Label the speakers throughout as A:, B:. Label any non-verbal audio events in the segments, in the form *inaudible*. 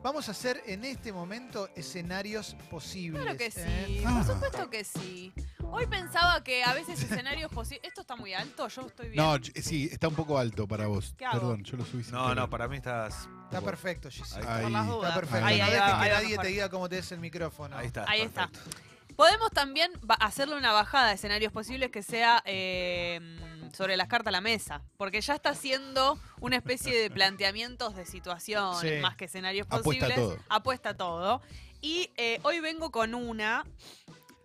A: Vamos a hacer en este momento escenarios posibles.
B: Claro que
A: ¿eh?
B: sí,
C: Ah.
B: por supuesto que sí. Hoy pensaba que a veces escenarios posibles. Esto está muy alto, yo estoy bien.
C: No, ch- sí, está un poco alto para vos.
B: ¿Qué hago?
C: Perdón, yo lo subí. sin
D: No,
C: querer.
D: no, para mí estás.
A: Está perfecto, Gis.
D: Ahí.
B: por las dudas.
A: Está perfecto.
B: Ahí,
A: no
B: ahí
A: dejes
B: va,
A: que
B: ahí va
A: nadie
B: mejor.
A: te diga cómo te des el micrófono.
D: Ahí está.
B: Ahí está.
D: perfecto.
B: Podemos también ba- hacerle una bajada de escenarios posibles que sea eh, sobre las cartas a la mesa, porque ya está haciendo una especie de planteamientos de situaciones
A: Sí.
B: más que escenarios
C: Apuesta a
B: posibles.
C: todo.
B: Apuesta a todo. Y eh, hoy vengo con una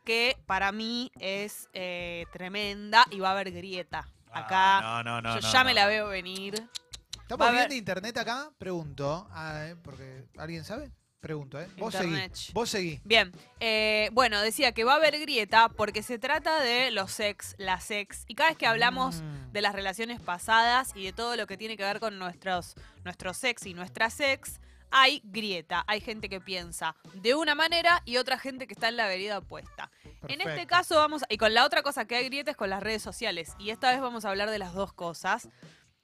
B: que para mí es eh, tremenda y va a haber grieta acá.
D: Ah, no, no, no.
B: Yo
D: no,
B: ya
D: no.
B: me la veo venir. Va
A: ¿Estamos
B: a
A: bien
B: haber-
A: de internet acá? Pregunto. Ah, eh, porque ¿Alguien sabe? Pregunto, ¿eh? Vos seguí.
B: Internet.
A: Vos seguí.
B: Bien, eh, bueno, decía que va a haber grieta porque se trata de los ex, las ex, y cada vez que hablamos
A: Mm.
B: de las relaciones pasadas y de todo lo que tiene que ver con nuestros, nuestros ex y nuestras ex, hay grieta, hay gente que piensa de una manera y otra gente que está en la vereda opuesta. En este
A: Perfecto.
B: caso vamos, y con la otra cosa que hay grieta es con las redes sociales, y esta vez vamos a hablar de las dos cosas.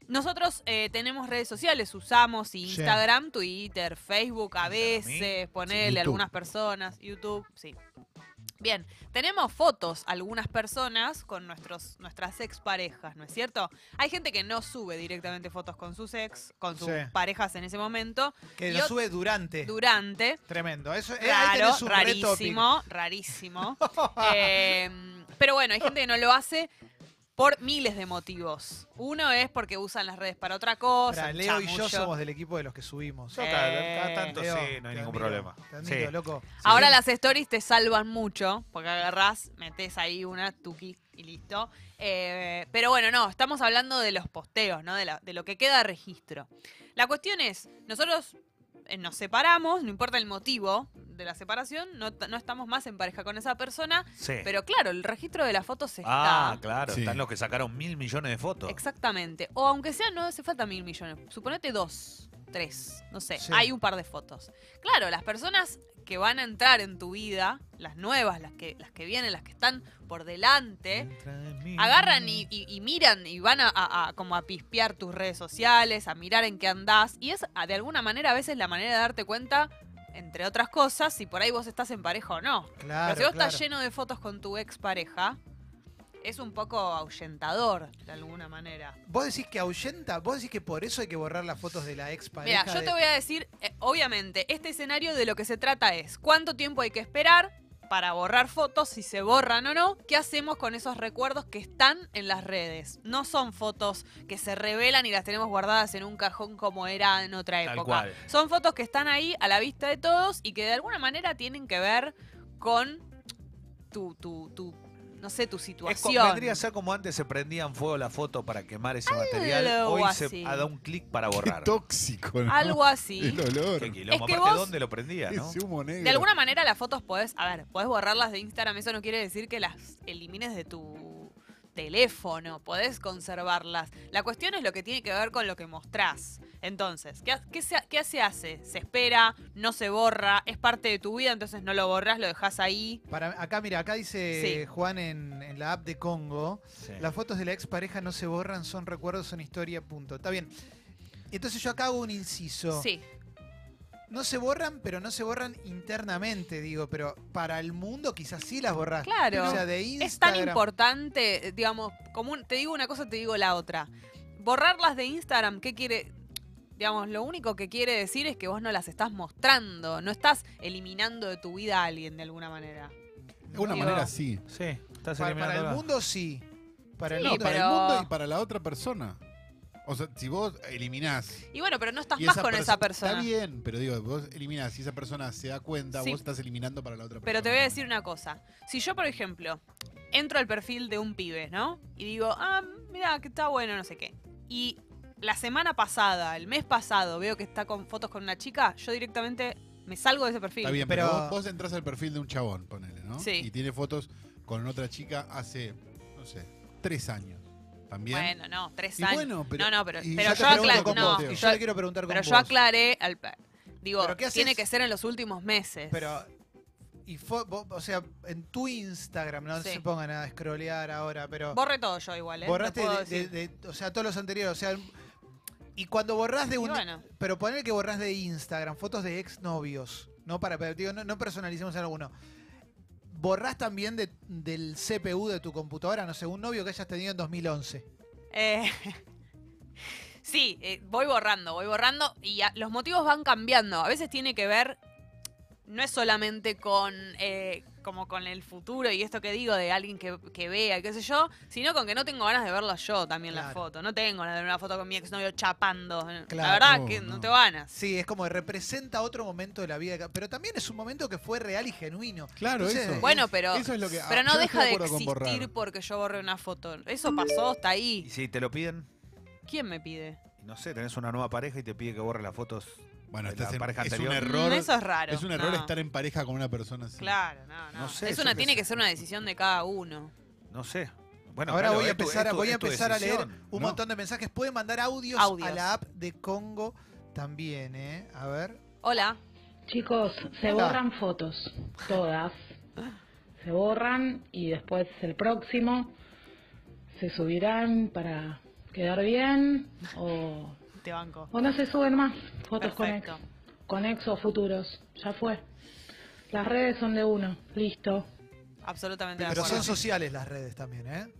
B: Nosotros eh, tenemos redes sociales, usamos Instagram, Twitter, Facebook a
D: Instagram, ¿y?
B: veces, ponele
C: YouTube.
B: algunas personas, YouTube, sí. Bien, tenemos fotos, algunas personas, con nuestros, nuestras exparejas, ¿no es cierto? Hay gente que no sube directamente fotos con sus ex, con sus
A: Sí.
B: parejas en ese momento,
A: Que
B: este y
A: lo
B: ot-
A: sube durante.
B: durante.
A: Tremendo. Eso, eh, ahí
B: Claro,
A: tenés un re topic.
B: rarísimo,
A: *laughs*
B: rarísimo. Eh, pero bueno, hay gente que no lo hace por miles de motivos. Uno es porque usan las redes para otra cosa.
A: Pará, Leo y yo
B: chamullo.
A: somos del equipo de los que subimos.
D: Yo cada,
B: Eh,
D: cada tanto
A: Leo,
D: sí, no
A: te
D: hay ningún
A: admiro,
D: problema.
A: Te admiro,
D: Sí.
A: loco.
B: Ahora
A: Sí.
B: las stories te salvan mucho, porque agarrás, metes ahí una tuki y listo. Eh, pero bueno, no, estamos hablando de los posteos, ¿no? De, la- de lo que queda de registro. La cuestión es, nosotros eh, nos separamos, no importa el motivo de la separación, no, t- no estamos más en pareja con esa persona,
D: Sí.
B: pero claro, el registro de las fotos está.
D: ah, claro.
C: Sí.
D: Están los que sacaron mil millones de fotos.
B: Exactamente. O aunque sea, no hace falta mil millones. Suponete dos, tres, no sé.
A: Sí.
B: Hay un par de fotos. Claro, las personas que van a entrar en tu vida, las nuevas, las que, las que vienen, las que están por delante, ¿eh? agarran y, y- y miran y van a, a- a como a pispear tus redes sociales, a mirar en qué andás. Y es a- de alguna manera a veces la manera de darte cuenta, entre otras cosas, si por ahí vos estás en pareja o no.
A: Claro,
B: Pero si vos
A: claro.
B: estás lleno de fotos con tu expareja, es un poco ahuyentador de alguna manera.
A: ¿Vos decís que ahuyenta? ¿Vos decís que por eso hay que borrar las fotos de la ex pareja?
B: Mira, yo
A: de-
B: te voy a decir, eh, obviamente, este escenario de lo que se trata es cuánto tiempo hay que esperar para borrar fotos, si se borran o no, qué hacemos con esos recuerdos que están en las redes. No son fotos que se revelan y las tenemos guardadas en un cajón como era en otra
D: Tal
B: época.
D: cual.
B: Son fotos que están ahí a la vista de todos y que de alguna manera tienen que ver con tu, tu, tu no sé, tu
D: Es co-
B: situación.
D: vendría a ser como antes se prendían fuego la foto para quemar ese material.
B: Algo
D: Hoy
B: así.
D: se ha- da un clic para
C: Qué
D: borrar.
C: tóxico, ¿no?
B: Algo
D: *laughs*
B: así.
C: El olor.
D: Qué quilombo.
B: Es que
D: Aparte,
B: vos-
D: ¿dónde lo prendía, no?
C: Ese humo negro.
B: De alguna manera las fotos podés, a ver, podés borrarlas de Instagram, eso no quiere decir que las elimines de tu teléfono, podés conservarlas. La cuestión es lo que tiene que ver con lo que mostrás. Entonces, ¿qué, ha- qué se, ha- qué se hace? ¿Se espera? ¿No se borra? ¿Es parte de tu vida? Entonces no lo borrás, lo dejás ahí.
A: Para, acá, mira, acá dice
B: Sí.
A: Juan en, en la app de Congo,
D: Sí.
A: las fotos de la ex pareja no se borran, son recuerdos, son historia, punto. Está bien. Entonces yo acá hago un inciso.
B: Sí,
A: No se borran, pero no se borran internamente, digo, pero para el mundo quizás sí las borras.
B: claro.
A: O sea, de Instagram.
B: es tan importante, eh, digamos, como un- te digo una cosa, te digo la otra. Borrarlas de Instagram, ¿qué quiere? Digamos, lo único que quiere decir es que vos no las estás mostrando, no estás eliminando de tu vida a alguien de alguna manera.
C: De alguna
B: Digo,
C: manera sí.
D: Sí, estás
A: Para,
D: eliminando
A: para el
D: la-
A: mundo sí. Para el
B: Sí,
C: No,
A: mundo
C: para
B: pero-
C: el mundo y para la otra persona. O sea, si vos eliminás.
B: Y bueno, pero no estás
C: y
B: más con esa
C: Está
B: persona.
C: bien, pero digo, vos eliminás. Si esa persona se da cuenta,
B: Sí.
C: vos estás eliminando para la otra persona.
B: Pero te voy a decir una cosa. Si yo, por ejemplo, entro al perfil de un pibe, ¿no? Y digo, ah, mira, que está bueno, no sé qué. Y la semana pasada, el mes pasado, veo que está con fotos con una chica, yo directamente me salgo de ese perfil.
C: Está bien, pero,
A: Pero-
C: vos, vos entras al perfil de un chabón, ponele, ¿no?
B: Sí.
C: Y tiene fotos con otra chica hace, no sé, tres años. También.
B: Bueno, no, tres
C: Y
B: años.
C: bueno, pero-
B: no, no, pero,
C: y
B: pero
C: yo
B: yo,
C: te pregunto
B: aclaré.
C: con
B: No,
C: vos,
A: y
C: Teo.
B: yo-
A: yo le quiero preguntar con
B: pero yo
A: vos.
B: aclaré. al- digo,
A: ¿Pero qué haces?
B: tiene que ser en los últimos meses.
A: Pero, y fo- vo- o sea, en tu Instagram, no
B: Sí.
A: se pongan a scrollear ahora, pero
B: Borré todo yo igual, ¿eh? Te
A: borraste
B: puedo
A: de-
B: decir.
A: de- de- o sea, todos los anteriores, o sea, Y cuando borrás de
B: Y
A: un.
B: bueno.
A: Pero poner que borrás de Instagram fotos de exnovios. No para, pero digo, no, no personalicemos en alguno. Borrás también de- del CPU de tu computadora, no sé, un novio que hayas tenido en 2011.
B: Eh, *laughs* sí, eh, voy borrando, voy borrando y a- los motivos van cambiando. A veces tiene que ver, no es solamente con eh, como con el futuro y esto que digo de alguien que, que vea, y qué sé yo, sino con que no tengo ganas de verlo yo también la
A: Claro.
B: foto. No tengo ganas de ver una foto con mi exnovio chapando.
A: Claro.
B: la verdad
C: No,
B: que no,
C: no.
B: te ganas.
A: Sí, es como representa otro momento de la vida. de ca- Pero también es un momento que fue real y genuino.
C: Claro,
A: Entonces,
C: eso.
B: Bueno, pero,
C: Eso es lo que- ah,
B: pero no
C: yo no
B: deja
C: estoy de
B: de
C: acuerdo con borrar.
B: existir porque yo borré una foto. Eso pasó, está
D: Y
B: ahí.
D: si te lo piden,
B: ¿Quién me pide?
D: no sé, tenés una nueva pareja y te pide que borres las fotos.
C: Bueno,
D: de
C: este
D: la
C: es, en-
D: pareja
C: es un
D: anterior.
C: error.
B: Mm, eso es raro.
C: Es un error
B: No.
C: estar en pareja con una persona así.
B: Claro, no, no.
D: No sé,
B: es
D: yo
B: una,
D: qué
B: tiene
D: sé.
B: que ser una decisión de cada uno.
D: No sé. Bueno,
A: Ahora
D: claro,
A: voy a
D: es tu-
A: empezar,
D: es
A: a-
D: tu-
A: voy a,
D: es tu
A: empezar a leer
D: decisión,
A: un
D: ¿no?
A: montón de mensajes. Pueden mandar audios, a
B: Audios.
A: la app de Congo también, ¿eh? A ver.
B: Hola.
E: Chicos, se
A: Hola.
E: borran fotos, todas. Se borran y después el próximo se subirán para quedar bien o,
B: Te banco.
E: o no se suben más fotos con ex,
B: Perfecto.
E: con ex o futuros. Ya fue. Las redes son de uno, listo.
B: Absolutamente de
A: Pero
B: acuerdo.
A: son sociales las redes también, ¿eh?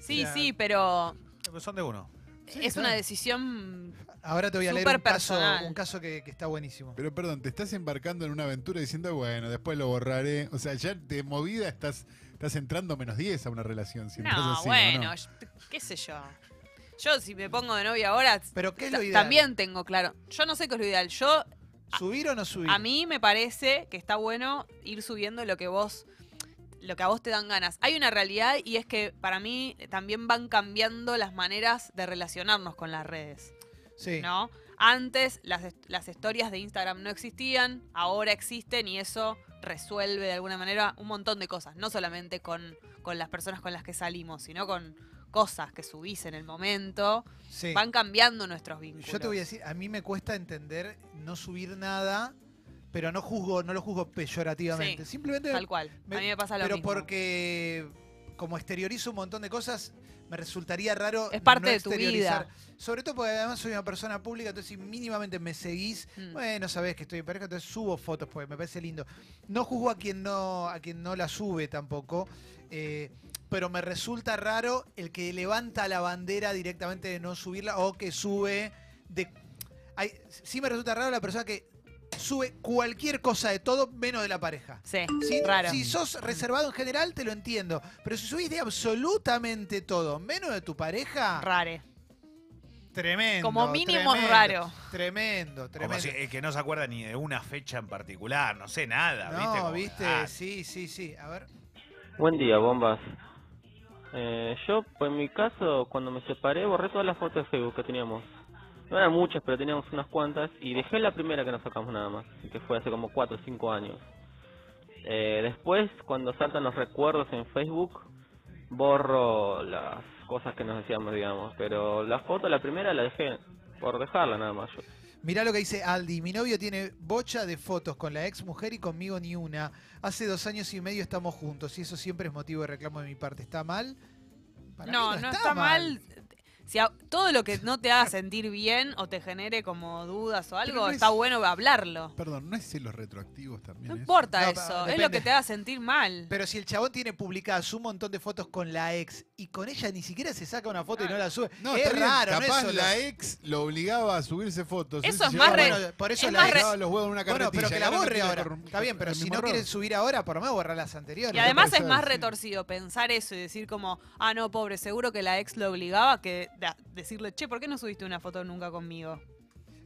B: Sí,
A: Ya.
B: sí, pero
D: Pero Son de uno.
B: es una decisión.
A: Ahora te voy a leer
B: Súper
A: un caso,
B: personal.
A: un caso que, que está buenísimo.
C: Pero perdón, te estás embarcando en una aventura diciendo, bueno, después lo borraré. O sea, ya de movida estás, estás entrando menos 10 a una relación. Si entras
B: No,
C: así, ¿o
B: bueno,
C: no?
B: yo- qué sé yo. Yo, si me pongo de novia ahora,
A: Pero ¿qué es
B: ta-
A: lo ideal?
B: también tengo claro. Yo no sé qué es lo ideal. Yo,
A: ¿Subir o no subir?
B: a mí me parece que está bueno ir subiendo lo que vos. Lo que a vos te dan ganas. Hay una realidad y es que para mí también van cambiando las maneras de relacionarnos con las redes.
A: Sí.
B: ¿no? Antes las, est- las historias de Instagram no existían, ahora existen y eso resuelve de alguna manera un montón de cosas, no solamente con, con las personas con las que salimos, sino con cosas que subís en el momento,
A: sí.
B: van cambiando nuestros vínculos.
A: Yo te voy a decir, a mí me cuesta entender no subir nada, pero no juzgo, no lo juzgo peyorativamente.
B: Sí.
A: Simplemente,
B: Tal cual,
A: me-
B: a mí me pasa lo
A: pero
B: mismo.
A: porque como exteriorizo un montón de cosas, me resultaría raro
B: Es parte
A: no
B: de tu
A: exteriorizar.
B: vida.
A: Sobre todo porque además soy una persona pública, entonces si mínimamente me seguís,
B: Mm.
A: Bueno, sabés que estoy en pareja, entonces subo fotos porque me parece lindo. No juzgo a quien no, a quien no la sube tampoco, eh, pero me resulta raro el que levanta la bandera directamente de no subirla o que sube de. Ay, sí me resulta raro la persona que sube cualquier cosa de todo menos de la pareja.
B: Sí,
A: Si,
B: raro.
A: si sos reservado en general, te lo entiendo. Pero si subís de absolutamente todo, menos de tu pareja,
B: Rare.
A: tremendo.
B: Como mínimo es
A: tremendo,
B: raro.
A: Tremendo,
D: Como
A: tremendo.
D: si- el que no se acuerda ni de una fecha en particular, no sé, nada. ¿viste?
A: No,
D: Como-
A: viste,
D: ah,
A: sí, sí, sí. A ver.
F: Buen día, bombas. Eh, yo, pues en mi caso, cuando me separé, borré todas las fotos de Facebook que teníamos. No eran muchas, pero teníamos unas cuantas. Y dejé la primera que nos sacamos nada más, que fue hace como 4 o 5 años. Eh, después, cuando saltan los recuerdos en Facebook, borro las cosas que nos decíamos, digamos. Pero la foto, la primera, la dejé por dejarla nada más. Yo-
A: Mirá lo que dice Aldi. Mi novio tiene bocha de fotos con la ex mujer y conmigo ni una. Hace dos años y medio estamos juntos y eso siempre es motivo de reclamo de mi parte. ¿Está mal? Para
B: No,
A: mí
B: no está mal. Si a- todo lo que no te haga sentir bien o te genere como dudas o algo,
C: no es-
B: está bueno hablarlo.
C: Perdón, ¿no es celos retroactivos también?
B: No
C: eso?
B: importa
A: No, pa-
B: eso, es
A: depende.
B: lo que te haga sentir mal.
A: Pero si el chabón tiene publicadas un montón de fotos con la ex y con ella ni siquiera se saca una foto y no la sube,
C: No,
A: es
C: está bien,
A: raro, no es
C: capaz
A: solo-
C: la ex lo obligaba a subirse fotos.
B: Eso
C: él se
B: es
C: llevaba
B: más re-
C: los-
A: Bueno, por eso
B: es
A: la
B: más
A: ex-
B: re-
C: llevaba los huevos en una
A: Bueno,
C: carretilla.
A: pero que
C: y
A: la
C: ahora no
A: borre
C: tiene
A: ahora.
C: cor-
A: Está bien, pero
C: el
A: si
C: mismo
A: no
C: error.
A: quiere subir ahora, por lo menos borrar las anteriores.
B: Y además es
C: pensar,
B: más
C: sí.
B: retorcido pensar eso y decir como, ah, no, pobre, seguro que la ex lo obligaba que da- decirle, che, ¿por qué no subiste una foto nunca conmigo?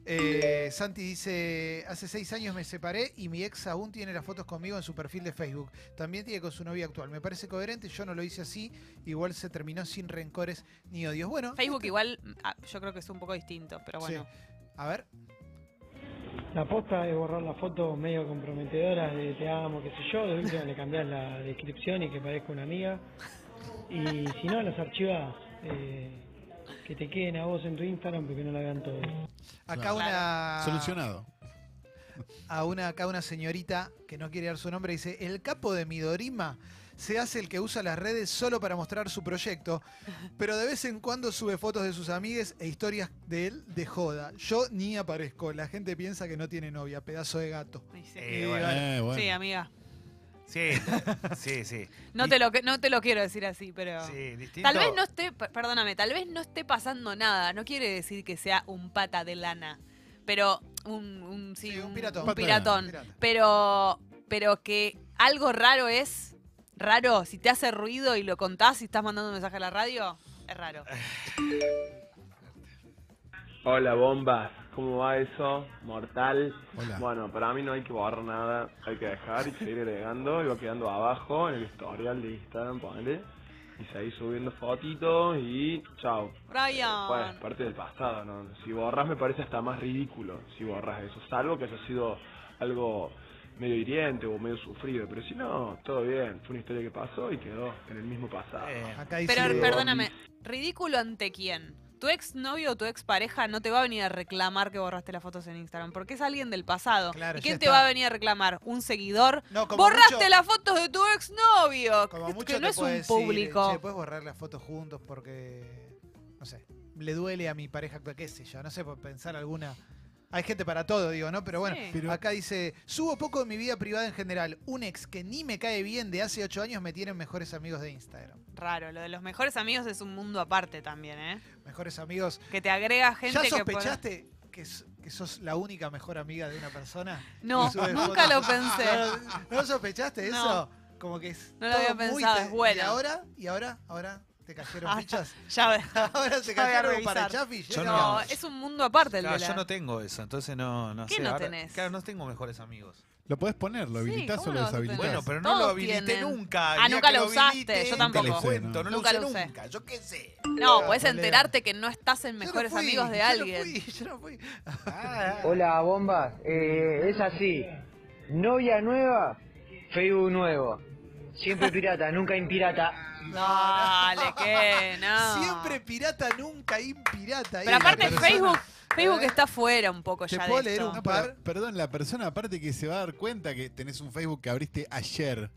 A: Eh, Santi dice, hace seis años me separé y mi ex aún tiene las fotos conmigo en su perfil de Facebook. También tiene con su novia actual. Me parece coherente, yo no lo hice así. Igual se terminó sin rencores ni odios. Bueno,
B: Facebook igual, ah, yo creo que es un poco distinto, pero bueno.
A: a ver.
G: La posta es borrar las fotos medio comprometedoras de te amo, qué sé yo, de última le cambiás la descripción y que parezca una amiga. Y si no, las archivas que te queden a vos en tu Instagram porque no la vean todos.
A: Acá
C: Claro.
B: ah,
A: una,
C: Solucionado.
A: a una, acá una señorita que no quiere dar su nombre dice, el capo de Midorima se hace el que usa las redes solo para mostrar su proyecto, pero de vez en cuando sube fotos de sus amigues e historias de él de joda. Yo ni aparezco, la gente piensa que no tiene novia, pedazo de gato.
B: Y sí.
D: Eh,
A: Y
D: bueno.
A: dale.
C: Eh, bueno.
B: Sí, amiga.
D: Sí, sí, *laughs* sí.
B: No
D: Y-
B: te, lo, que- no te lo quiero decir así, pero...
D: sí, distinto.
B: Tal vez no esté, per- perdóname, tal vez no esté pasando nada. No quiere decir que sea un pata de lana, pero un, un, sí,
A: Sí, un
B: un-
A: piratón.
B: un
C: Pata de lana,
B: piratón.
A: pirata.
B: Pero, pero que algo raro es raro. Si te hace ruido y lo contás y estás mandando un mensaje a la radio, es raro.
H: Hola bombas, ¿cómo va eso? Mortal.
C: Hola.
H: Bueno, para mí no hay que borrar nada, hay que dejar y seguir agregando y va quedando abajo en el historial de Instagram, ponele. Y seguir subiendo fotitos y chao.
B: Brian.
H: Bueno, es parte del pasado, ¿no? Si borras me parece hasta más ridículo si borras eso, salvo que haya sido algo medio hiriente o medio sufrido, pero si no, todo bien, fue una historia que pasó y quedó en el mismo pasado.
D: Eh,
A: Acá dice,
B: Pero
H: Sí.
B: perdóname, ridículo ante quién. Tu ex novio o tu ex pareja no te va a venir a reclamar que borraste las fotos en Instagram, porque es alguien del pasado.
A: Claro, ya
B: ¿Y quién te
A: está.
B: va a venir a reclamar? ¿Un seguidor?
A: No, como
B: ¡Borraste
A: mucho-
B: las fotos de tu ex novio!
A: como
B: que
A: mucho
B: no
A: te
B: es
A: puedo
B: un
A: decir, eh,
B: público.
A: "Che, puedes borrar las fotos juntos porque, no sé, le duele a mi pareja, actual", qué sé yo, no sé, por pensar alguna... Hay gente para todo, digo, ¿no? Pero bueno,
B: Sí.
C: Pero-
A: acá dice, subo poco de mi vida privada en general. Un ex que ni me cae bien de hace ocho años me tienen mejores amigos de Instagram.
B: Raro, lo de los mejores amigos es un mundo aparte también, ¿eh?
A: Mejores amigos.
B: Que te agrega gente
A: ¿Ya
B: que... pueda-
A: sospechaste que, s- que sos la única mejor amiga de una persona?
B: No,
A: Y sube
B: nunca
A: fotos.
B: lo pensé.
A: *laughs* ¿No, no sospechaste
B: No.
A: eso? Como que es
B: No lo había
A: todo muy
B: pensado,
A: te-
B: es bueno. Ah.
A: ¿Y ahora? ¿Y ahora? ¿Ahora te cayeron
B: Ahora-
A: fichas?
B: Ya ves.
A: *laughs* ¿Ahora te
B: Ya voy a
A: cayeron para
B: revisar.
A: Chafi?
D: Yo
A: Llega-
B: No,
D: no.
B: es un mundo aparte el
D: claro,
B: de la...
D: yo no tengo eso, entonces no, no
B: ¿Qué
D: sé.
B: no
D: ahora-
B: tenés?
D: Claro, no tengo mejores amigos.
C: Lo podés poner, lo
B: Sí,
C: habilitás
B: ¿cómo
C: o lo
B: lo vas a
C: deshabilitás.
B: tener?
D: Bueno,
B: Pues Todos
D: pero no lo habilité
B: tienen.
D: nunca.
B: Ah,
D: El día
B: nunca
D: que
B: lo usaste,
D: habilite,
B: yo tampoco.
D: te cuento, no lo
B: Nunca
D: usé
B: lo usé.
D: nunca, yo qué sé.
B: No, podés
A: Lea.
B: enterarte que no estás en
A: Yo no
B: mejores
A: fui,
B: amigos de
A: yo no
B: alguien.
A: fui, yo no fui.
I: Hola, bombas. Eh, es así. Novia nueva, Facebook nuevo. Siempre pirata, nunca impirata.
B: Dale,
A: *laughs*
B: que no.
A: Siempre pirata, nunca impirata.
B: Ah. Pero aparte
A: en
B: Facebook, Facebook
A: ¿Eh?
B: está fuera un poco
A: ¿Te
B: ya
A: puedo
B: de
A: leer
B: esto.
A: un
C: No,
A: par?
C: pero, perdón, la persona aparte que se va a dar cuenta que tenés un Facebook que abriste ayer.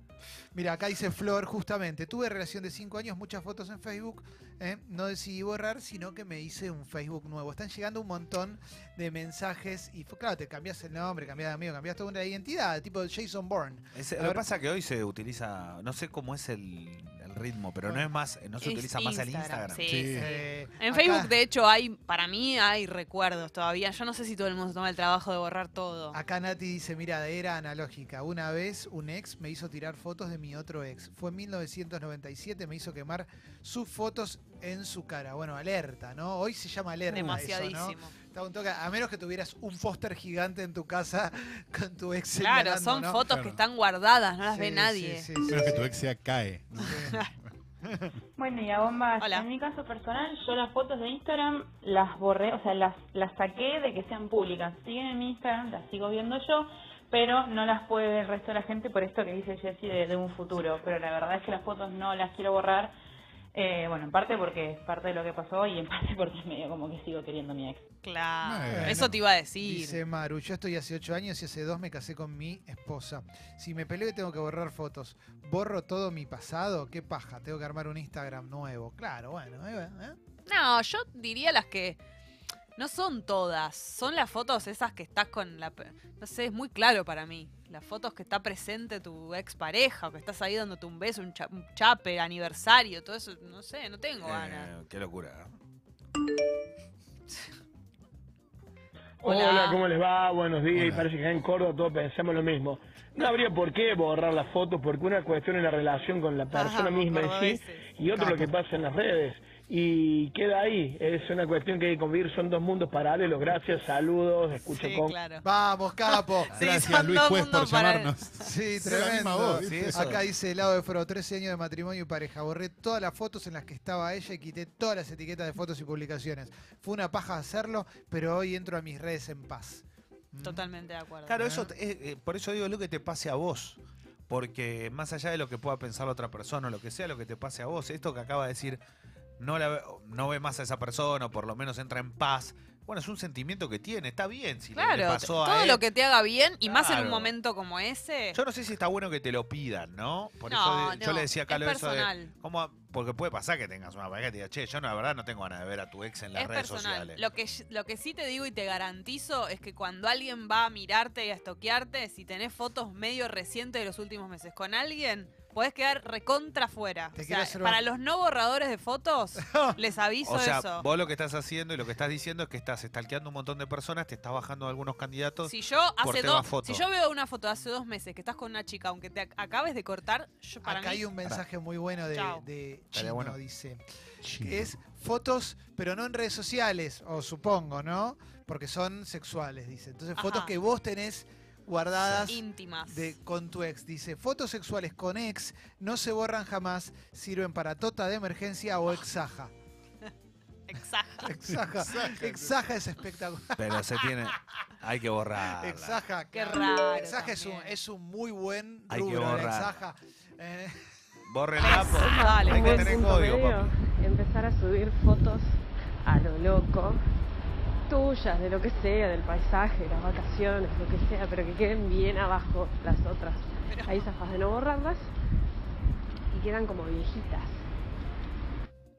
A: Mira, acá dice Flor, justamente, tuve relación de 5 años, muchas fotos en Facebook, ¿eh? no decidí borrar, sino que me hice un Facebook nuevo. Están llegando un montón de mensajes y, fue- claro, te cambias el nombre, cambias de amigo, cambias toda una identidad, tipo Jason Bourne.
D: Ese-
A: A
D: lo que
A: ver.
D: pasa que hoy se utiliza, no sé cómo es el, el ritmo, pero no
A: Bueno.
D: es más, eh, no se
B: Es
D: utiliza más el Instagram.
B: sí,
C: Sí.
B: sí.
A: Eh,
B: En
A: acá-
B: Facebook, de hecho, hay, para mí hay recuerdos todavía. Yo no sé si todo el mundo se toma el trabajo de borrar todo.
A: Acá Nati dice, mira, era analógica. Una vez un ex me hizo tirar fotos de mi otro ex. Fue en 1997, me hizo quemar sus fotos en su cara. Bueno, alerta, ¿no? Hoy se llama alerta. eso, ¿no?
B: Demasiadísimo.
A: Está un toque- a menos que tuvieras un póster gigante en tu casa *laughs* con tu ex
B: Claro,
A: señalando,
B: son
A: ¿no?
B: fotos que
C: Claro.
B: están guardadas, no las
A: Sí,
B: ve
A: sí,
B: nadie.
A: sí, sí,
C: Menos que
A: sí.
C: tu ex sea cae. ¿no?
J: Bueno, y a bombas,
B: Hola.
J: en mi caso personal, yo las fotos de Instagram las borré, o sea, las, las saqué de que sean públicas. Siguen en mi Instagram, las sigo viendo yo, pero no las puede ver el resto de la gente por esto que dice Jessie de, de un futuro. Pero la verdad es que las fotos no las quiero borrar, eh, bueno, en parte porque es parte de lo que pasó y en *laughs* parte porque medio como que sigo queriendo a mi ex.
B: Claro,
C: Bueno.
B: eso te iba a decir.
A: Dice Maru, yo estoy hace ocho años y hace dos me casé con mi esposa. Si me peleo y tengo que borrar fotos, ¿borro todo mi pasado? ¿Qué paja? Tengo que armar un Instagram nuevo. Claro, bueno. ahí va, ¿eh?
B: No, yo diría las que no son todas, son las fotos esas que estás con la pe- no sé, es muy claro para mí. Las fotos que está presente tu expareja o que estás ahí dándote un beso, un, cha- un chape, aniversario, todo eso, no sé, no tengo ganas.
D: Eh, qué locura. ¿eh?
B: Hola.
G: Hola. ¿cómo les va? Buenos días.
C: Hola.
G: Y parece que acá en Córdoba todos pensamos lo mismo. No habría por qué borrar las fotos porque una cuestión es la relación con la persona
B: Ajá,
G: misma en sí
B: cordobeses.
G: y otra lo que
A: Capo.
G: pasa en las redes. Y queda ahí. Es una cuestión que hay que convivir. Son dos mundos paralelos. Gracias, saludos, escucho
B: Sí,
G: con...
B: claro.
A: Vamos, capo.
B: Sí,
C: Gracias,
B: son
C: Luis
B: dos
C: Juez, por
B: mundos para-
C: llamarnos.
A: Sí,
C: Es la misma
A: tremendo.
C: voz,
D: Sí,
C: ¿viste?
D: eso.
A: Acá dice el lado de Fro, 13 años de matrimonio y pareja. Borré todas las fotos en las que estaba ella y quité todas las etiquetas de fotos y publicaciones. Fue una paja hacerlo, pero hoy entro a mis redes en paz. Mm.
B: Totalmente de acuerdo.
D: Claro, eso te- eh, eh, por eso digo es lo que te pase a vos. Porque más allá de lo que pueda pensar la otra persona o lo que sea, lo que te pase a vos, esto que acaba de decir, no, la ve, no ve más a esa persona o por lo menos entra en paz, Bueno, es un sentimiento que tiene, está bien si le- le
B: Claro, t-
D: pasó a
B: todo
D: él.
B: lo que te haga bien y más en un
D: Claro.
B: momento como ese.
D: Yo no sé si está bueno que te lo pidan, ¿no? Por
B: No,
D: eso de-
B: no,
D: yo le decía a
B: es
D: Calo eso de.
B: personal.
D: ¿cómo, a- porque puede pasar que tengas una pareja que te diga, che, yo no, la verdad no tengo ganas de ver a tu ex en las
B: es
D: redes
B: personal.
D: sociales.
B: Lo que, sh- lo que sí te digo y te garantizo es que cuando alguien va a mirarte y a estoquearte, si tenés fotos medio recientes de los últimos meses con alguien, podés quedar recontra fuera.
A: Te
B: O
A: quiero
B: sea,
A: hacer-
B: para los no borradores de
A: *laughs*
B: fotos, les aviso
D: O sea,
B: eso.
D: vos lo que estás haciendo y lo que estás diciendo es que estás stalkeando un montón de personas, te estás bajando algunos candidatos.
B: Si yo
D: por
B: hace
D: tema
B: dos,
D: foto.
B: si yo veo una foto de hace dos meses que estás con una chica, aunque te ac- acabes de cortar, yo para
A: Acá
B: mí
A: hay un mensaje muy bueno de,
B: Chao.
A: de
D: Estaría
A: Chino,
D: bueno.
A: dice. Que es fotos, pero no en redes sociales, o supongo, ¿no? Porque son sexuales, dice. Entonces, fotos
B: Ajá.
A: que vos tenés guardadas
B: íntimas.
A: de, con tu ex. Dice, fotos sexuales con ex no se borran jamás, sirven para tota de emergencia o
B: *laughs*
A: exaja.
B: Exacto.
A: Exaja. exaja es espectacular.
D: Pero se tiene. Hay que borrar.
A: Exaja.
B: Qué
A: claro.
B: raro
A: Exaja es un,
B: también.
A: es un muy buen
D: Hay que
A: rubro, la
D: borrar.
A: exaja. Eh,
D: Bórrenla. por-
B: Dale,
D: Hay que
B: buen
D: tener código, papi.
J: empezar a subir fotos a lo loco, tuyas, de lo que sea, del paisaje, las vacaciones, lo que sea, pero que queden bien abajo las otras.
B: Pero-
J: Ahí zafas de no borrarlas y quedan como viejitas.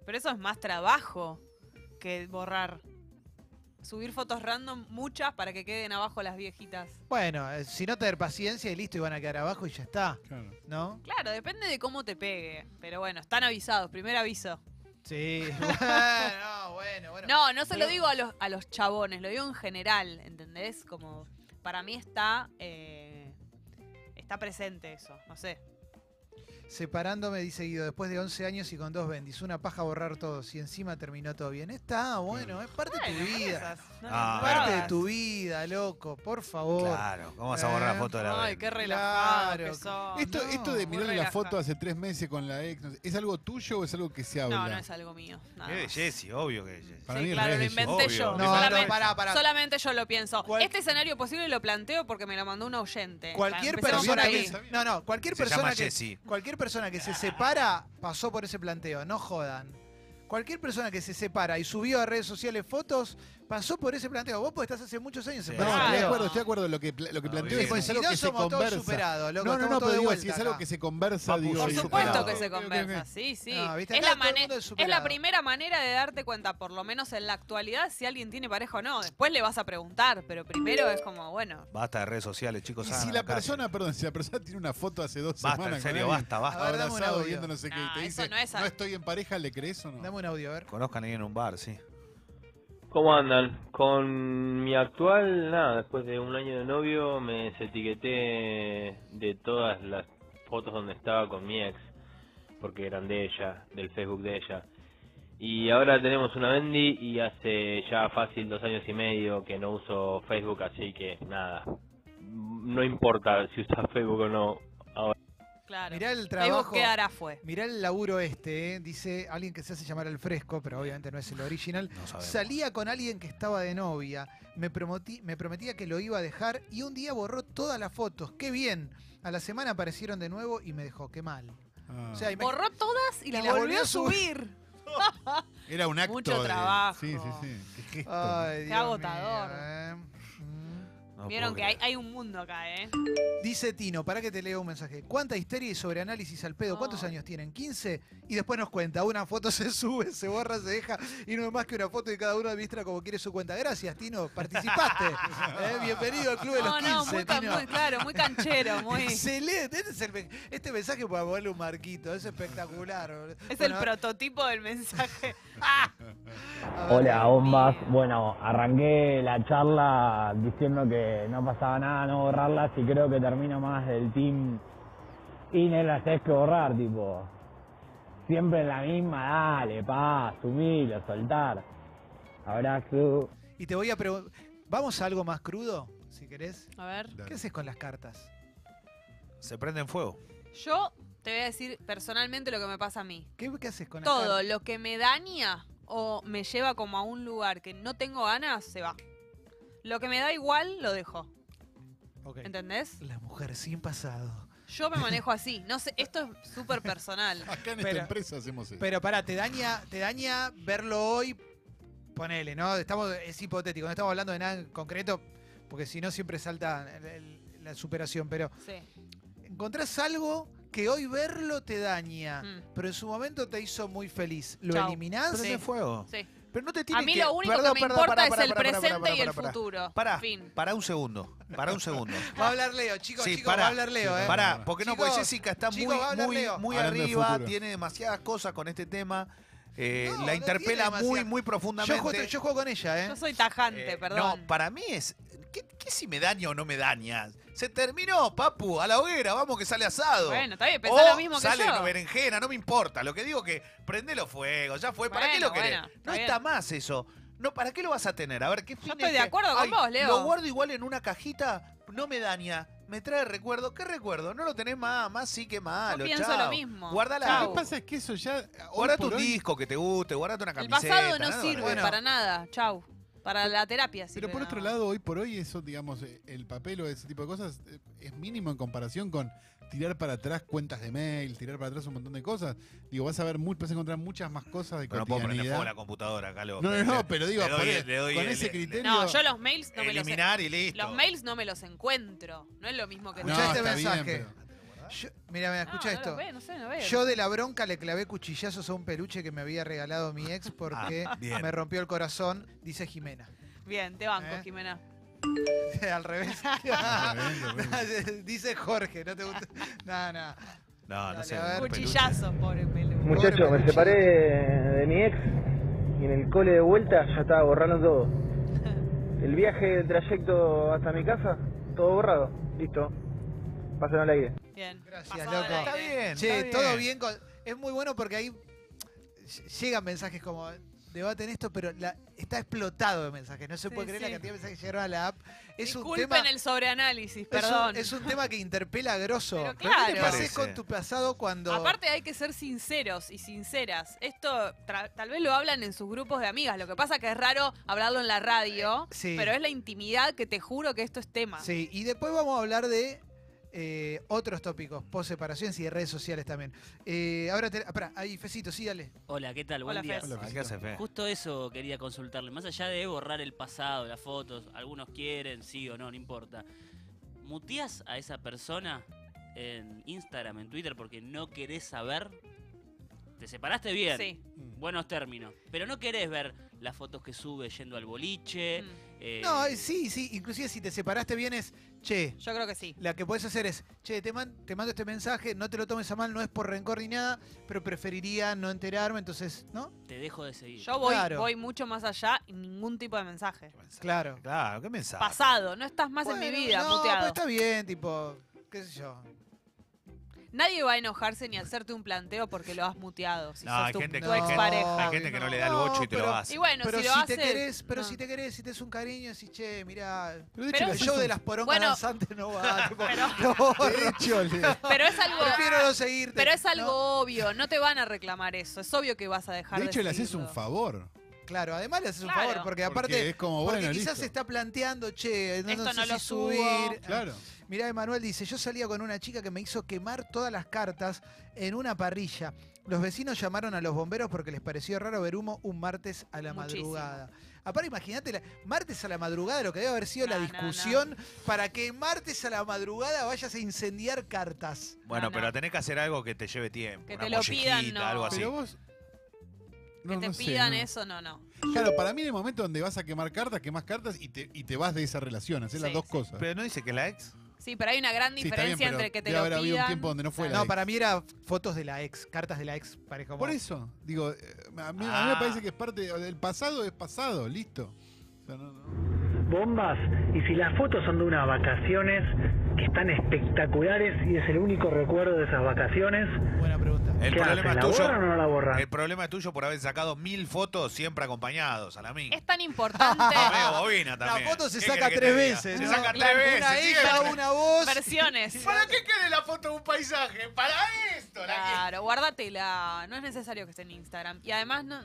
B: Pero eso es más trabajo que borrar. Subir fotos random, muchas, para que queden abajo las viejitas.
A: bueno, eh, si no tener paciencia y listo, y van a quedar abajo y ya está,
C: Claro.
A: ¿no?
B: Claro, depende de cómo te pegue. Pero bueno, están avisados, primer aviso.
A: Sí. *laughs* bueno, bueno, bueno.
B: No, no se lo
A: Pero-
B: digo a los, a los chabones, lo digo en general, ¿entendés? Como, para mí está, eh, está presente eso, no sé.
A: Separándome, dice Guido, después de 11 años y con dos bendis, una paja borrar todo, si encima terminó todo bien. Está bueno, es parte de tu
B: Bueno,
A: vida.
B: esas, no
D: Ah,
B: las
A: Parte de
B: borras.
A: tu vida, loco, por favor.
D: Claro, ¿cómo vas a borrar
A: Eh.
D: la foto de la
B: Ay,
D: Belén?
B: qué relajado
A: Claro.
B: que son.
C: Esto,
A: no,
C: esto de
B: muy
C: mirar la
B: relajado.
C: foto hace tres meses con la ex, no sé, ¿es algo tuyo o es algo que se habla?
B: No, no es algo mío. nada
D: Es de
B: más.
D: Jessy, obvio que es Jessy.
C: Para
B: sí,
C: mí es
B: claro,
C: re
B: lo
C: de
B: inventé
D: Jessy.
B: yo.
D: Obvio.
A: No, no,
B: solamente,
A: pará, pará.
B: solamente yo lo pienso.
A: Cual-
B: este escenario posible lo planteo porque me lo mandó un oyente.
A: Cualquier
B: Empecemos por
A: persona
B: ahí.
A: que, no, no, cualquier
D: Se llama
A: persona que
D: Jessy.
A: cualquier persona que se separa pasó por ese planteo, no jodan. Cualquier persona que se separa y subió a redes sociales fotos pasó por ese planteo. Vos porque estás hace muchos años
D: Sí.
C: No,
A: separado.
C: estoy de
B: Claro.
C: acuerdo, estoy de acuerdo. Lo que, pla- lo que
D: No,
C: planteo
D: bien.
C: es, es
A: Si
C: algo
A: no
C: que se
A: somos todos
C: conversa.
A: superados, loco,
C: no, no,
A: estamos
C: no,
A: todos
C: pero
A: de
C: digo,
A: vuelta
C: si es
A: acá.
C: algo que se conversa,
D: Papu,
C: digo,
D: soy
B: Por
C: digo,
B: supuesto
D: superado.
B: que se
C: Ok, ok, ok.
B: conversa, sí, sí.
A: No, viste,
B: es
A: acá
B: la,
A: todo el
B: mane-
A: mundo es
B: es la
A: superado.
B: primera manera de darte cuenta, por lo menos en la actualidad, si alguien tiene pareja o no. Después le vas a preguntar, pero primero es como, bueno,
D: Basta de redes sociales, chicos.
C: Y
D: hagan
C: si la
D: acá.
C: persona, perdón, si la persona tiene una foto hace dos
D: Basta,
C: semanas.
D: en serio,
C: con alguien,
D: basta, basta.
A: A ver, dame un
C: abrazado
A: audio.
C: viendo no sé qué,
B: Nah,
C: y te
B: eso
C: dice,
B: no es a-
C: no estoy en pareja, ¿le crees o no?
A: Dame un audio, a ver.
D: Conozcan ahí en un bar, sí.
F: ¿Cómo andan? Con mi actual, nada, después de un año de novio me desetiqueté de todas las fotos donde estaba con mi ex, porque eran de ella, del Facebook de ella. Y ahora tenemos una Bendy y hace ya fácil dos años y medio que no uso Facebook, así que nada, no importa si usas Facebook o no,
B: claro.
A: Mirá el
B: Facebook
A: trabajo.
B: quedará fue.
A: Mirá el laburo este, ¿eh? dice alguien que se hace llamar el fresco, pero obviamente no es el original.
D: No sabemos.
A: Salía con alguien que estaba de novia, me, promoti- me prometía que lo iba a dejar y un día borró todas las fotos. ¡Qué bien! A la semana aparecieron de nuevo y me dejó, qué mal.
C: Ah.
A: O sea, imag-
B: Borró todas y,
A: Y
B: las
A: la
B: volvió a subir.
C: Era un acto.
B: Mucho
C: de-
B: trabajo.
C: Sí, sí, sí. Qué gesto.
A: Ay, Dios
B: agotador.
A: mío, ¿eh? Mm.
D: No
B: Vieron
D: puedo
B: que hay,
D: creer.
B: hay un mundo acá, ¿eh?
A: Dice Tino, para que te leo un mensaje. ¿Cuánta histeria y sobreanálisis al pedo? ¿Cuántos
B: Ay.
A: años tienen? ¿15? Y después nos cuenta. Una foto se sube, se borra, se deja. Y no es más que una foto y cada uno administra como quiere su cuenta. Gracias, Tino. Participaste.
B: *laughs*
A: Eh, Bienvenido al Club de los
B: No,
A: 15,
B: no, muy, can-
A: Tino.
B: muy claro, muy
A: *laughs*
B: canchero, muy. Es
A: Excelente. Este, es el me- este mensaje para ponerle un marquito. Es espectacular. boludo.
B: el
A: Bueno,
B: prototipo del mensaje. ¡Ah!
A: a ver.
K: Hola, bombas. Bueno, arranqué la charla diciendo que no pasaba nada no borrarlas y creo que termino más del team y no las tenés que borrar, tipo. Siempre la misma, dale, pa, sumilo, soltar. Abrazo.
A: Y te voy a preguntar. ¿Vamos a algo más crudo, si querés?
B: A ver.
A: ¿Qué haces con las cartas?
D: Se prende en fuego.
B: Yo te voy a decir personalmente lo que me pasa a mí.
A: ¿Qué, qué haces con las
B: Todo
A: cartas?
B: lo que me daña o me lleva como a un lugar que no tengo ganas, se va. Lo que me da igual, lo dejo.
A: Ok.
B: ¿Entendés?
A: La mujer sin pasado.
B: Yo me manejo así. No sé, esto es súper personal.
C: Acá en
A: Pero-
C: esta empresa hacemos eso.
A: Pero pará, te daña, te daña verlo hoy Ponele, ¿no? Estamos, es hipotético, no estamos hablando de nada en concreto, porque si no siempre salta el- el- la superación. Pero
B: Sí.
A: encontrás algo que hoy verlo te daña,
B: Mm.
A: pero en su momento te hizo muy feliz. ¿Lo
B: Chau.
A: eliminás?
D: Pero es de fuego.
B: Sí.
D: Pero no te tiene
B: A mí
D: que-
B: lo único
D: Perdón,
B: que me
D: perdón,
B: importa
D: pará,
B: es
D: pará,
B: el
D: pará, pará,
B: presente
D: pará,
B: y el
D: pará, pará.
B: futuro.
D: Pará,
B: Fin.
D: pará un segundo. Pará
B: *laughs*
D: un segundo.
A: Va a hablar Leo, chicos,
D: Sí,
A: chicos,
D: pará.
A: va a hablar Leo, ¿eh?
D: Pará, porque no,
A: Chicos,
D: porque Jessica está
A: chicos,
D: muy,
A: va a hablar
D: muy,
A: Leo.
D: muy
C: Hablando de
D: arriba,
C: futuro.
D: tiene demasiadas cosas con este tema. eh,
A: No, no
D: la interpela
A: tiene
D: muy,
A: demasiadas.
D: muy
A: Yo
D: profundamente.
A: juego, yo juego con ella, ¿eh?
B: Yo soy tajante,
D: Eh,
B: perdón.
D: No, para mí es. ¿qué, qué si me daña o no me daña? Se terminó, papu, a la hoguera, vamos que sale asado.
B: Bueno, está bien, pensá
D: O
B: lo mismo que
D: Oh, sale
B: yo.
D: una berenjena, no me importa. Lo que digo que prende los fuegos, ya fue. ¿Para qué
B: Bueno,
D: lo querés?
B: bueno, está
D: no está
B: bien.
D: más eso. No, ¿para qué lo vas a tener? A ver, ¿qué fines
B: estoy de
D: te-
B: acuerdo con
D: Ay,
B: vos, Leo.
D: Lo guardo igual en una cajita, no me daña. Me trae recuerdo. ¿Qué recuerdo? No lo tenés más, más sí que malo.
B: pienso
D: chao.
B: lo mismo.
D: Guardala.
B: Chau.
C: Lo que pasa es que eso ya. hoy
D: Guardate
C: por
D: un
C: hoy-
D: disco que te guste, guardate una
B: El
D: camiseta.
B: pasado no
D: nada,
B: sirve
D: bueno.
B: para nada. Chau. Para la terapia sirve.
C: Pero por otro
B: nada más.
C: lado, hoy por hoy, eso, digamos, eh, el papel o ese tipo de cosas eh, es mínimo en comparación con tirar para atrás cuentas de mail, tirar para atrás un montón de cosas. Digo, vas a ver, mu- vas a encontrar muchas más cosas de
D: Pero no puedo prender fuego a
C: cotidianidad.
D: la computadora, acá
C: No,
D: loco.
C: no,
D: Le-
C: no, pero digo,
D: le doy-
C: por-
D: le doy
C: con
D: el-
C: ese
D: el-
C: criterio.
B: No, yo los mails no me los
D: eliminar y listo.
B: Los mails no me los encuentro. No es lo mismo que
C: No,
A: Escuchá este
C: está bien,
A: mensaje.
C: pero-
A: Yo- mira, mira, escucha
B: Ah, No, no lo
A: esto.
B: veo, no sé, no veo.
A: Yo de la bronca le clavé cuchillazos a un peluche que me había regalado mi ex porque
D: *laughs* Ah, bien.
A: me rompió el corazón, dice Jimena.
B: Bien, te banco,
A: ¿Eh?
B: Jimena.
A: *laughs* Al
B: *laughs*
A: revés. *laughs* dice Jorge, no te
B: *laughs*
A: gusta. No, no.
D: No, no
A: Dale,
D: sé.
A: a ver.
D: un peluche.
B: Cuchillazo, pobre peludo.
A: Muchacho, me
I: separé de mi ex y en el cole de vuelta ya estaba borrando
B: *laughs*
I: todo. El viaje, el trayecto hasta mi casa, todo borrado. Listo. Pasen al aire.
B: Bien.
A: Gracias,
B: Pasado
A: loco.
B: al
D: Está
B: aire.
D: bien.
A: Che,
D: está
A: todo bien. con- es muy bueno porque ahí ll- llegan mensajes como debaten esto, pero la- está explotado de mensajes. No se
B: Sí,
A: puede creer
B: sí.
A: la cantidad de mensajes que llegaron a la app. Es
B: Disculpen
A: un tema.
B: el sobreanálisis,
A: es un-
B: perdón.
A: Es, un, tema que interpela a grosso.
B: Pero
A: ¿Qué
B: claro.
A: haces con tu pasado cuando.?
B: Aparte hay que ser sinceros y sinceras. Esto tra- tal vez lo hablan en sus grupos de amigas. Lo que pasa que es raro hablarlo en la radio,
A: sí.
B: pero es la intimidad que te juro que esto es tema.
A: Sí, y después vamos a hablar de eh, otros tópicos, post separaciones y de redes sociales también. Eh, ahora, te, ah, pará, ahí, Fecito, sí, dale.
L: Hola, ¿qué tal? Buen
B: Hola,
L: día.
B: Fez.
D: Ay, ¿Qué hace fe?
L: Justo eso quería consultarle. Más allá de borrar el pasado, las fotos, algunos quieren, sí o no, no importa. ¿Muteás a esa persona en Instagram, en Twitter, porque no querés saber? Te separaste bien,
B: Sí.
L: buenos términos, pero no querés ver las fotos que sube yendo al boliche.
B: Mm.
L: eh,
A: No, eh, sí, sí, inclusive si te separaste bien es, che,
B: Yo creo que sí.
A: La que podés hacer es, che, te, man- te mando este mensaje, no te lo tomes a mal, no es por rencor ni nada, pero preferiría no enterarme, entonces, ¿no?
L: Te dejo de seguir.
B: Yo voy,
A: Claro.
B: voy mucho más allá y ningún tipo de mensaje.
A: Claro.
D: Claro, qué mensaje.
B: Pasado, no estás más en
A: Bueno,
B: mi vida,
A: no,
B: muteado.
A: pues está bien, tipo, qué sé yo.
B: Nadie va a enojarse ni a hacerte un planteo porque lo has muteado. Si
D: No,
B: sos
D: hay
B: tu,
D: gente
B: tu
D: que- hay gente-
B: expareja.
D: Hay gente que no le da el
A: No,
D: bocho y te lo
A: pero-
D: hace.
B: Y bueno,
A: pero
B: si
A: si,
B: lo
A: te
B: haces.
A: querés, pero
B: no.
A: si te querés, si te es un cariño, decís, che, mirá,
C: Pero de hecho,
B: Pero-
A: el
C: las-
A: show de las porongas
B: Bueno.
A: danzantes no
B: *laughs*
A: va, tipo,
B: Pero-
A: lo borro.
C: de hecho, le-
B: Pero es algo.
A: prefiero no seguirte.
B: Pero es
A: ¿no?
B: algo obvio, no te van a reclamar eso. Es obvio que vas a dejar
C: de
B: de
C: hecho le haces un
B: seguirlo.
C: favor.
A: Claro, además le haces un
B: Claro.
A: favor, porque
C: Porque
A: aparte,
C: es como,
A: porque
C: bueno,
A: quizás
C: listo.
A: se está planteando, che, no,
B: Esto
A: no sé
B: no
A: si
B: lo subo.
A: subir. Ah,
C: Claro.
A: Mirá, Emanuel dice, yo salía con una chica que me hizo quemar todas las cartas en una parrilla. Los vecinos llamaron a los bomberos porque les pareció raro ver humo un martes a la
B: Muchísimo.
A: madrugada. Aparte, imagínate, la- martes a la madrugada, lo que debe haber sido la
B: No, no,
A: discusión para que martes a la madrugada vayas a incendiar cartas.
D: Bueno,
B: No, no.
D: pero tenés que hacer algo que te lleve tiempo.
B: Que
D: una
B: te lo
D: mollejita,
B: pidan, no.
D: algo así.
C: Pero vos.
B: Ah, Que
C: no,
B: te
C: no sé,
B: pidan
C: no.
B: eso, no, no.
C: Claro, para mí en el momento donde vas a quemar cartas, quemás cartas y te, y te vas de esa relación. Haces las
B: Sí,
C: dos
B: sí.
C: cosas.
D: Pero no dice que la ex.
B: Sí, pero hay una gran
C: Sí, está bien,
B: diferencia
C: pero
B: entre que te lo
C: debe haber habido un
B: pidan.
C: tiempo donde no fue la
A: No,
C: ex.
A: para mí era fotos de la ex, cartas de la ex, parece como...
C: Por eso, digo, eh, a mí, a mí
D: Ah.
C: me parece que es parte del pasado, es pasado, listo. O sea, no- no.
K: Bombas, y si las fotos son de unas vacaciones que están espectaculares y es el único recuerdo de esas vacaciones,
A: Buena pregunta.
D: El
K: ¿qué
D: problema
K: hacen?
D: es
K: ¿La
D: tuyo. Eh,
K: borran o no la borran?
D: El problema es tuyo por haber sacado mil fotos siempre acompañados a la mía.
B: Es tan
C: *laughs*
B: importante.
C: Ah,
D: Amigo, bobina
A: La
D: también.
A: foto se
D: ¿Qué
A: saca
D: querés que
A: tres
D: te diga?
A: veces.
D: Se
A: ¿no?
D: saca
A: La-
D: tres veces.
A: Una ella,
D: siempre.
A: una voz.
B: versiones.
D: ¿Para qué quede la foto de un paisaje? Para esto, la
B: Claro, guárdatela. No es necesario que esté en Instagram. Y además, no.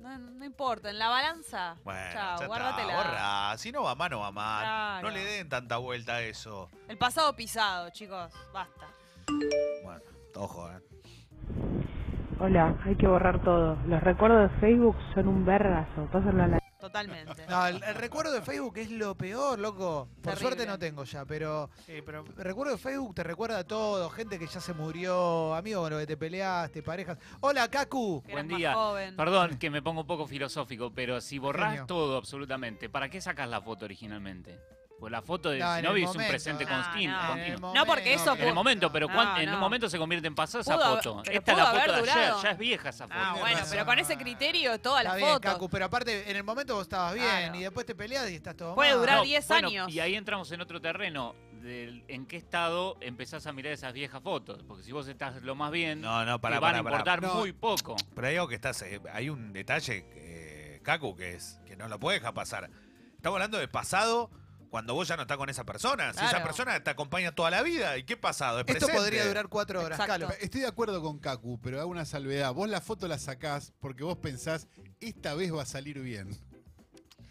B: No, no importa, en la balanza.
D: Bueno,
B: chao,
D: ya
B: guárdatela.
D: Está, borrá. Si no va mal, no va mal.
B: Claro.
D: No le den tanta vuelta a eso.
B: El pasado pisado, chicos. Basta.
D: Bueno, ojo, ¿eh?
M: Hola, hay que borrar todo. Los recuerdos de Facebook son un vergazo. Pásenlo a la...
B: Totalmente.
A: No, el, el recuerdo de Facebook es lo peor, loco. Por suerte no tengo ya, pero, recuerdo de Facebook te recuerda a todo, gente que ya se murió, amigo con lo que te peleaste, parejas. Hola, Kaku.
N: Buen día. Perdón que me pongo un poco filosófico, pero si borrás
A: Genio.
N: todo absolutamente, ¿para qué sacas la foto originalmente? Pues la foto de
A: No, en el
N: Shinobi es un
A: momento.
N: presente
A: No,
N: continuo.
A: no, en el
N: continuo.
A: momento. No, porque eso
N: En el
A: pu-
N: momento, pero cuán-
B: no,
N: en
B: no.
N: un momento se convierte en pasada esa
B: Pudo haber-
N: foto.
B: pero
N: Esta es
B: pudo
N: la
B: haber
N: foto de ayer,
B: durado.
N: ya es vieja esa foto.
B: Ah, bueno, pero con ese criterio todas las
A: Está bien,
B: fotos.
A: Kaku, pero aparte, en el momento vos estabas bien y después te peleas y estás todo mal.
N: No, bueno, Y ahí entramos en otro terreno. del- ¿En qué estado empezás a mirar esas viejas fotos? Porque si vos estás lo más bien,
D: No, no, para,
N: te van a importar muy
D: poco. Pero hay algo que estás, eh, hay un detalle, eh, Kaku, que es que no lo puede dejar pasar. Estamos hablando de pasado cuando vos ya no estás con esa persona. Si esa
A: Claro.
D: persona te acompaña toda la vida, ¿y qué pasado? Es
A: Esto
D: presente.
A: podría durar cuatro horas, Calo.
C: Estoy de acuerdo con Kaku, pero hago una salvedad. Vos la foto la sacás porque vos pensás, esta vez va a salir bien.
B: Ah.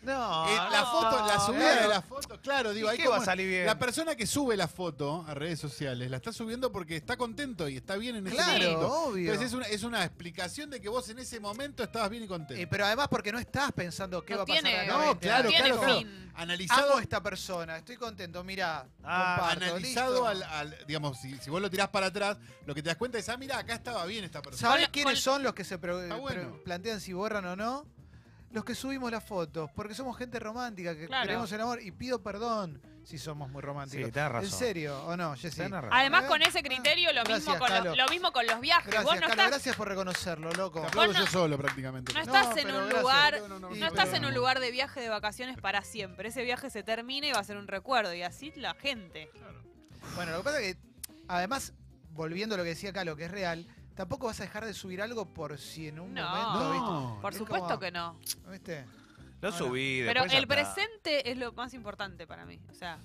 A: No,
C: Eh, la foto, la subida de la foto, claro, digo,
A: ¿Y
C: ahí
A: qué
C: como-
A: va a salir bien?
C: La persona que sube la foto a redes sociales la está subiendo porque está contento y está bien en ese
A: Claro,
C: momento.
A: obvio.
C: Entonces es una, es una explicación de que vos en ese momento estabas bien y contento.
A: Eh, pero además porque no estás pensando qué
C: No
A: va a pasar
C: tiene-
A: a la
C: No, claro, claro, claro. Analizado-
A: Amo a esta persona, estoy contento, mira.
C: Ah, analizado al, al- digamos, si, si vos lo tirás para atrás, lo que te das cuenta es, ah, mira, acá estaba bien esta persona.
A: ¿Sabés quiénes son los que se pro-
C: Está bueno.
A: pro- plantean si borran o no? Los que subimos las fotos, porque somos gente romántica, que
B: Claro.
A: creemos en amor y pido perdón si somos muy románticos.
D: Sí, tenés razón.
A: ¿En serio o no, Jessy?
D: Tenés razón.
B: Además,
A: ¿Eh?
B: con ese criterio, lo,
A: Gracias,
B: mismo, con
A: Calo.
B: los, lo mismo con los viajes.
A: Gracias,
B: Vos no
A: Calo,
B: estás
A: gracias por reconocerlo, loco.
C: Te aplaudo
B: Vos
C: yo solo prácticamente.
B: No estás en
A: pero
B: un
A: gracias,
B: lugar,
A: no,
B: no,
A: no, no,
B: estás
A: pero-
B: en un lugar de viaje de vacaciones para siempre. Ese viaje se termina y va a ser un recuerdo y así la gente.
A: Bueno, lo que pasa es que, además, volviendo a lo que decía Calo, que es real, tampoco vas a dejar de subir algo por si en un
B: No.
A: momento,
B: No.
A: ¿viste?
B: Por
A: Es
B: supuesto
A: como-
B: que no.
A: ¿Viste?
D: Lo subí,
B: Pero
D: después ya
B: el
D: está.
B: presente es lo más importante para mí. O sea,